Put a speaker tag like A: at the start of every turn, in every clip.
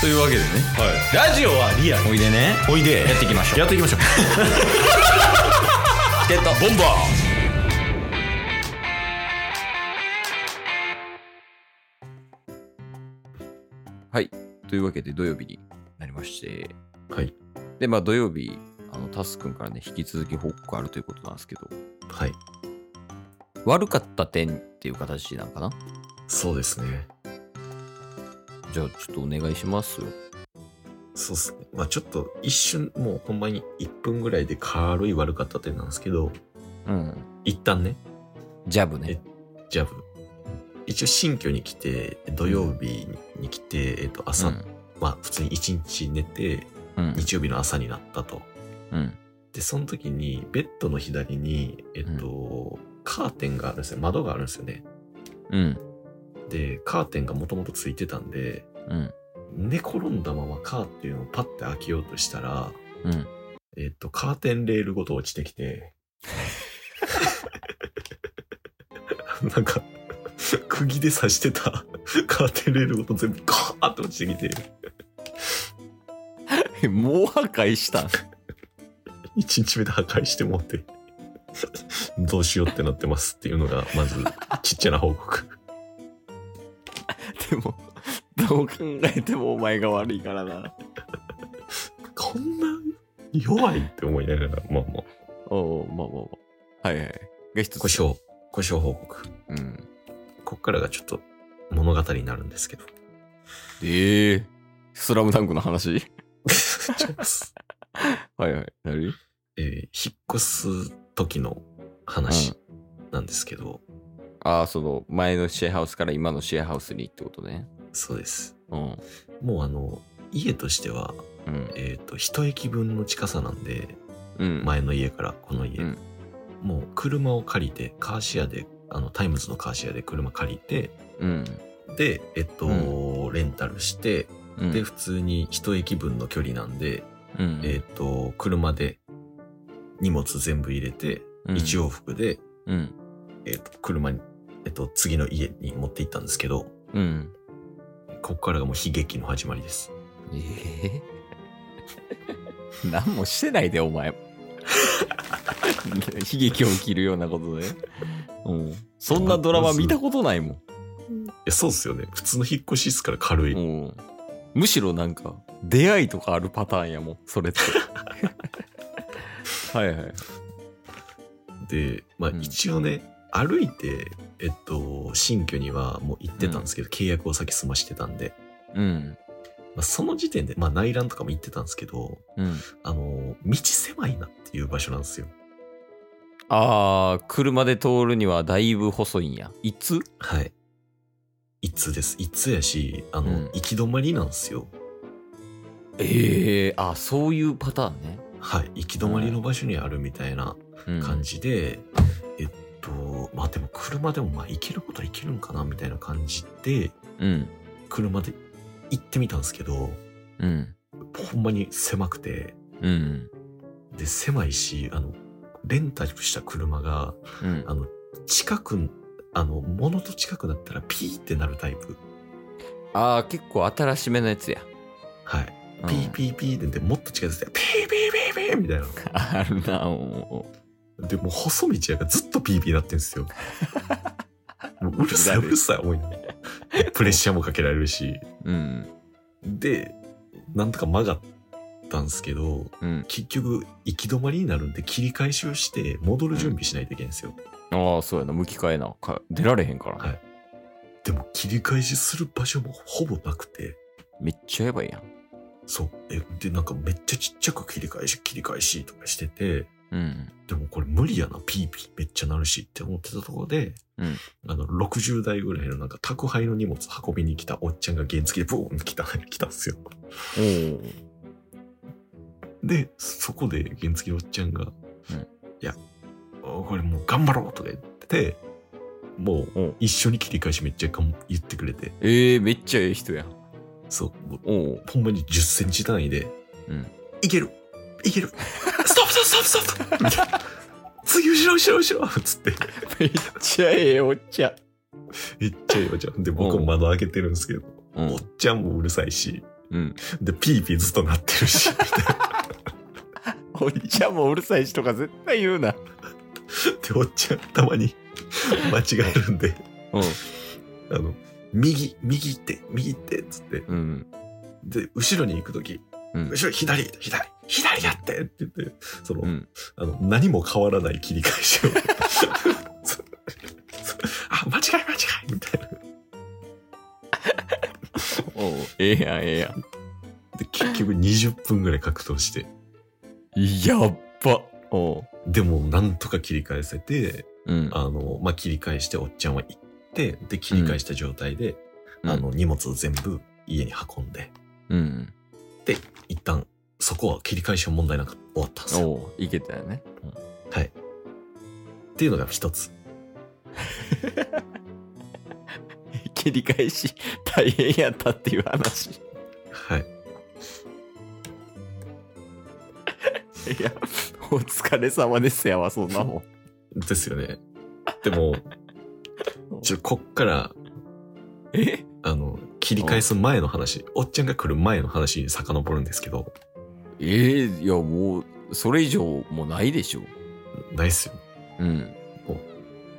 A: というわけでね
B: ラジオはリアル
A: おいでね
B: おいで
A: やっていきましょう
B: やってい きましょう
A: チケットボンバーはいというわけで土曜日になりまして
B: はい
A: でまあ土曜日あのタスくんからね引き続き報告あるということなんですけど
B: はい
A: 悪かった点っていう形なんかな
B: そうですね
A: じゃあちょっとお願いしますよ
B: そうっすねまあちょっと一瞬もうほんまに1分ぐらいで軽い悪かった点なんですけど
A: うん
B: 一旦ね
A: ジャブね
B: ジャブ一応新居に来て土曜日に来て、えっと朝、まあ普通に1日寝て
A: うん
B: 日曜日の朝になったと
A: うん
B: でその時にベッドの左にえっと、カーテンがあるんですよ窓があるんですよね
A: うん
B: でカーテンがもともとついてたんで
A: うん
B: 寝転んだままカーテンをパッて開けようとしたら、
A: うん
B: えっと、カーテンレールごと落ちてきて、なんか、釘で刺してたカーテンレールごと全部ガーって落ちてきて、
A: うんもう破壊したん
B: 1日目で破壊してもって、どうしようってなってますっていうのが、まず、ちっちゃな報告。
A: でも、どう考えてもお前が悪いからな。
B: こんな弱いって思いながら、まあまあ。
A: おうまあまあまあ。はいはい。が一つ。
B: 故障、故障報告。
A: うん。
B: こっからがちょっと物語になるんですけど。
A: ええスラムダンクの話
B: 違います。
A: はいはい。何
B: えー引っ越す時の話なんですけど、
A: ああ、その、前のシェアハウスから今のシェアハウスにってことね。
B: そうです。
A: うん。
B: もうあの、家としては、
A: うん。
B: えっ、と、一駅分の近さなんで、
A: うん。
B: 前の家からこの家、
A: うん
B: もう車を借りて、カーシェアで、あの、タイムズのカーシェアで車借りて、
A: うん。
B: で、えっと、レンタルして、
A: うん。
B: で、普通に一駅分の距離なんで、
A: うん、
B: えっと、車で荷物全部入れて、
A: うん
B: 一。往復で、
A: うん。
B: えっと、車に、えっと、次の家に持って行ったんですけど、
A: うん。
B: ここからがもう悲劇の始まりです。
A: ええ 何もしてないで、お前。 悲劇を起きるようなことで。うん。そんなドラマ見たことないもん。
B: いや、そうっすよね。普通の引っ越しっすから軽い。
A: うん、むしろなんか出会いとかあるパターンやもんそれって はいはい
B: で、まあ
A: うん
B: 一応ね、歩いて、えっと、新居にはもう行ってたんですけど、契約を先済ましてたんで、
A: うん
B: まあ、その時点で、まあ内覧とかも行ってたんですけど、
A: うん
B: あの、道狭いなっていう場所なんですよ。
A: ああ車で通るにはだいぶ細いんやいつ
B: はい。一通です。一通やし、あの、
A: うん
B: 行き止まりなんですよ。
A: ええあそういうパターンね、
B: はい。行き止まりの場所にあるみたいな
A: うん、
B: 感じで、えっと、まあでも車でもまあ行けることは行けるんかなみたいな感じで、
A: うん
B: 車で行ってみたんですけど、
A: うん
B: ほんまに狭くて、
A: うん
B: で、狭いし、あの、レンタルした車が、
A: うん
B: あの、近く、あの、物と近くなったらピーってなるタイプ。
A: ああ結構新しめのやつや、
B: はい。
A: うん
B: ピーピーピーって、もっと近づいて、ピーピーピーピーみたいな。
A: あるなお
B: で、もう細道やからずっとピーピーなって んですよ。もううるさい、うるさい、思いながらプレッシャーもかけられるし。
A: うん
B: で、なんとか曲がったんですけど、
A: うん
B: 結局、行き止まりになるんで、切り返しをして、戻る準備しないといけないんですよ。
A: ああそうやな向き変えなか出られへんから、
B: はいでも、切り返しする場所もほぼなくて、
A: めっちゃやばいやん
B: そう。え、で、なんかめっちゃちっちゃく切り返し、切り返しとかしてて、
A: うん
B: でもこれ無理やな、ピーピーめっちゃなるしって思ってたところで、
A: うん
B: あの、60代ぐらいのなんか宅配の荷物運びに来たおっちゃんが原付でブーンって来た、来たんですよ。
A: おー
B: で、そこで原付のおっちゃんが、
A: うん
B: いや、これもう頑張ろうとか言ってて、もう
A: おう
B: 一緒に切り返しめっちゃ頑言ってくれて、
A: ええめっちゃええ人や
B: そう、もう
A: おお
B: ほんまに10センチ単位で、
A: うん
B: いけるいけるストップストップストップストップみたいな次後ろ後ろ後ろつって、
A: めっちゃええおっちゃん。
B: めっちゃいいおっちゃん。で、僕も窓開けてるんですけど、
A: うん
B: おっちゃんもうるさいし、
A: うん。
B: で、ピーピーずっと鳴ってるし、みたいな
A: おっちゃんもうるさいしとか絶対言うな。
B: で、おっちゃんたまに間違えるんで、
A: うん。
B: あの、右、右って、右って、つって、
A: うん。
B: で、後ろに行くとき、
A: うん。
B: 後ろ左、左、左やってって言って、その、
A: うん
B: あの、何も変わらない切り返しを。 そうそうあ、間違い間違いみたいな。
A: おうええやん、ええやん。
B: で、結局20分ぐらい格闘して、
A: やっば。おう。
B: でも、なんとか切り返せて、
A: うん。
B: あの、まあ、切り返して、おっちゃんは行って、で、切り返した状態で、
A: うん
B: あの、荷物を全部家に運んで、
A: うん。
B: 一旦、そこは切り返しは問題なく終わったんですよ。
A: おう、いけたよね。
B: はい。っていうのが一つ。
A: 切り返し大変やったっていう話。
B: はい。
A: いや、お疲れ様ですやわ、そんなもん。、
B: ですよね。でもちょ、こっから、
A: え
B: あの、切り返す前の話、おっちゃんが来る前の話に遡るんですけど、
A: えいや、もう、それ以上もうないでしょ。
B: ないっすよ。
A: うん。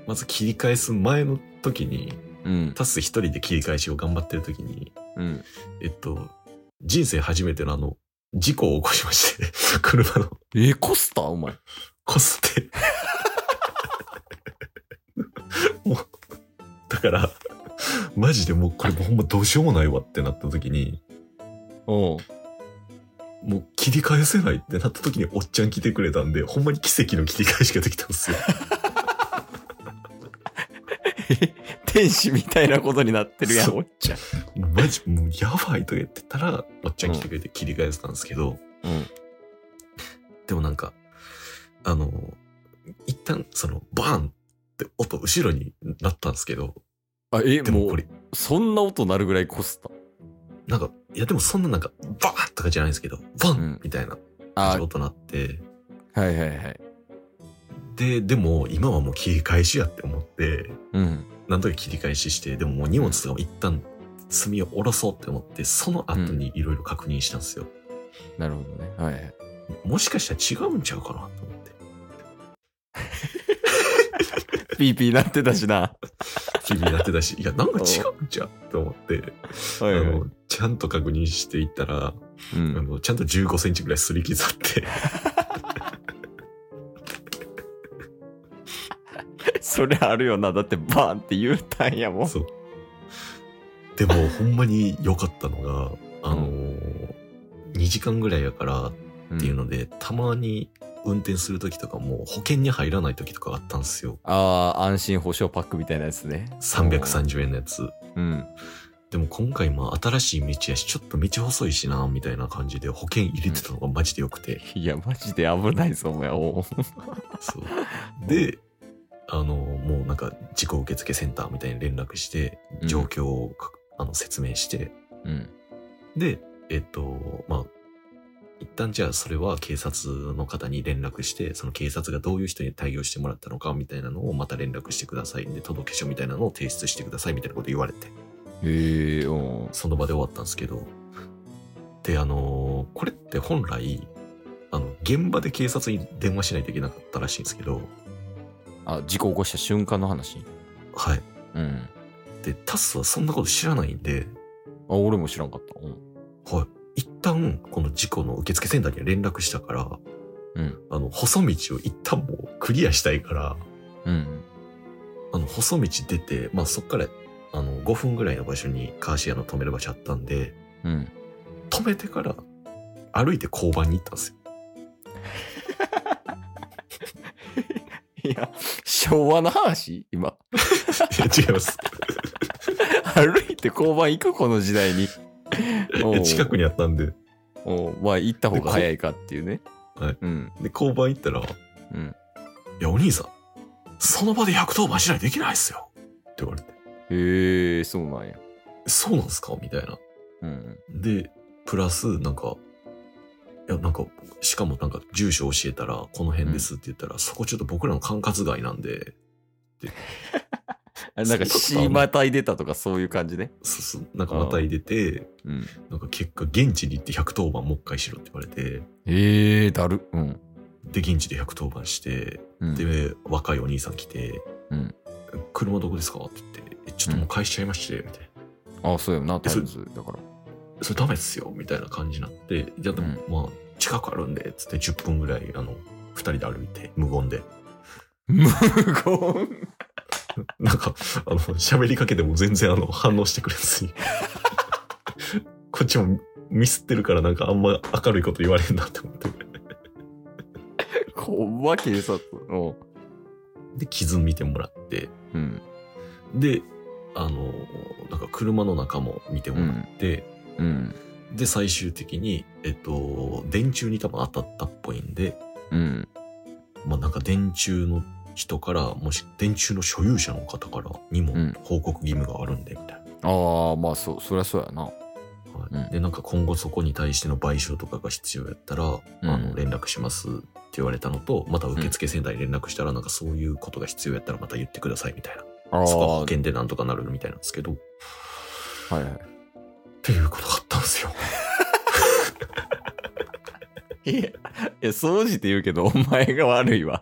B: まず切り返す前の時に、
A: うん。
B: タス一人で切り返しを頑張ってる時に、
A: うん。
B: えっと、人生初めてのあの、事故を起こしまして、 車の、
A: え、コスターお前。
B: こすって。もう、だから、マジでもうこれほんまどうしようもないわってなった時に、
A: おう
B: もう切り返せないってなった時におっちゃん来てくれたんで、ほんまに奇跡の切り返しができたんですよ。
A: 天使みたいなことになってるやん、
B: そう
A: おっちゃん。
B: マジ、もうやばいとか言ってたら、おっちゃん来てくれて切り返せたんですけど、でもなんか、あの、一旦その、バーンって音後ろになったんですけど、
A: あ、え、
B: で
A: も
B: も
A: う
B: こ、れ、
A: そんな音鳴るぐらいコスター。
B: なんか、いやでもそんななんか、バーンとかじゃないんですけど、バ
A: うん
B: ンみたいな
A: あ、
B: 音なって、
A: はいはいはい。
B: で、でも今はもう切り返しやって思って、
A: うん。
B: なんとか切り返しして、でももう荷物とかも一旦積みを下ろそうって思って、その後にいろいろ確認したんですよ。
A: なるほどね。はいはい。
B: もしかしたら違うんちゃうかなと思って。
A: ピーピー鳴ってたしな。
B: 気になってたし、 いや、なんか違うんちゃうと思って、
A: は
B: あの、ちゃんと確認していったら、
A: う
B: あ
A: ん。
B: の、ちゃんと15センチぐらい擦り傷あって、
A: それあるよな。だってバーンって言うたんやもん。
B: そう。でも、ほんまに良かったのが、あの、
A: う
B: 2時間ぐらいやからっていう
A: うん
B: ので、たまに運転する時とかも保険に入らない時とかあったんですよ。
A: ああ、安心保証パックみたいなやつね。
B: 330円のやつ。
A: うん。
B: でも今回まあ新しい道やし、ちょっと道細いしな、みたいな感じで保険入れてたのがマジで良く て。
A: いや、マジで危ないぞ、お前。おう
B: そう。で、あの、もうなんか事故受付センターみたいに連絡して、状況をか、あの説明して、
A: うん。
B: で、えっと、まあ、一旦じゃあそれは警察の方に連絡して、その警察がどういう人に対応してもらったのかみたいなのをまた連絡してください。で、届け書みたいなのを提出してくださいみたいなこと言われて、
A: へえ、おう
B: その場で終わったんですけど、で、あのこれって本来、あの、現場で警察に電話しないといけなかったらしいんですけど、
A: あ、事故起こした瞬間の話。
B: はい。
A: うん。
B: で、タスはそんなこと知らないんで、
A: あ、俺も知らんかった。うん。
B: はい。一旦、この事故の受付センターに連絡したから、
A: うん
B: あの、細道を一旦もうクリアしたいから、
A: うん。
B: あの、細道出て、まあそっから、あの、5分ぐらいの場所にカーシェアの止める場所あったんで、
A: うん。
B: 止めてから、歩いて交番に行ったんですよ。
A: いや、昭和の話今。
B: いや違います。
A: 歩いて交番行くこの時代に。おう
B: 近くにあったんで、
A: おうまあ、行った方が早いかっていうね。
B: はい。
A: うん。
B: で、交番行ったら、い
A: うん。
B: や、お兄さん、その場で110番しないといけないっすよ。って言われて、
A: へえ、そうなんや。
B: そうなんすかみたいな。
A: うん。
B: で、プラス、なんか、いや、なんか、しかもなんか、住所教えたら、この辺ですって言ったら、そこちょっと僕らの管轄外なんで、って
A: あなんか、
B: そんなことあん
A: 死
B: の
A: またいでたとかそういう感じね。
B: そうそうなんかまた入れて、
A: うん。
B: なんか結果、現地に行って110番もう一回しろって言われて、
A: ええー、だる。うん。
B: で、現地で110番して、
A: うん、
B: で、若いお兄さん来て、
A: うん
B: 車どこですかって言って、えちょっともう返しちゃいまして、みたいな。
A: あ、そうよな、
B: で
A: タ
B: そ
A: イムズだから。
B: それダメっすよ、みたいな感じになって、いや、でも、まあ、近くあるんで、つって10分ぐらい、あの、2人で歩いて、無言で。
A: 無 言
B: なんか、あの、喋りかけても全然あの、反応してくれずに。 こっちもミスってるからなんかあんま明るいこと言われんなって思って。
A: 怖っ、警察。おう
B: で、傷見てもらって、
A: うん。
B: で、あの、なんか車の中も見てもらって、
A: うん。
B: で、最終的に、えっと、電柱に多分当たったっぽいんで、
A: うん。
B: まあなんか電柱の人から、もし電柱の所有者の方からにも
A: うん
B: 報告義務があるんで、みたいな。
A: ああ、まあ、そう、そりゃそうやな。
B: はい
A: うん
B: でなんか今後そこに対しての賠償とかが必要やったら、
A: ん
B: あの連絡しますって言われたのとまた受付センターに連絡したらなんかそういうことが必要やったらまた言ってくださいみたいな、
A: ああ、
B: そこは保
A: はい
B: 険でなんとかなるみたいなんですけどっ
A: は
B: ていうことがあったんですよ
A: い。いや、いや、総じて言うけど、お前が悪いわ。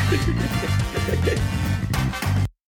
C: す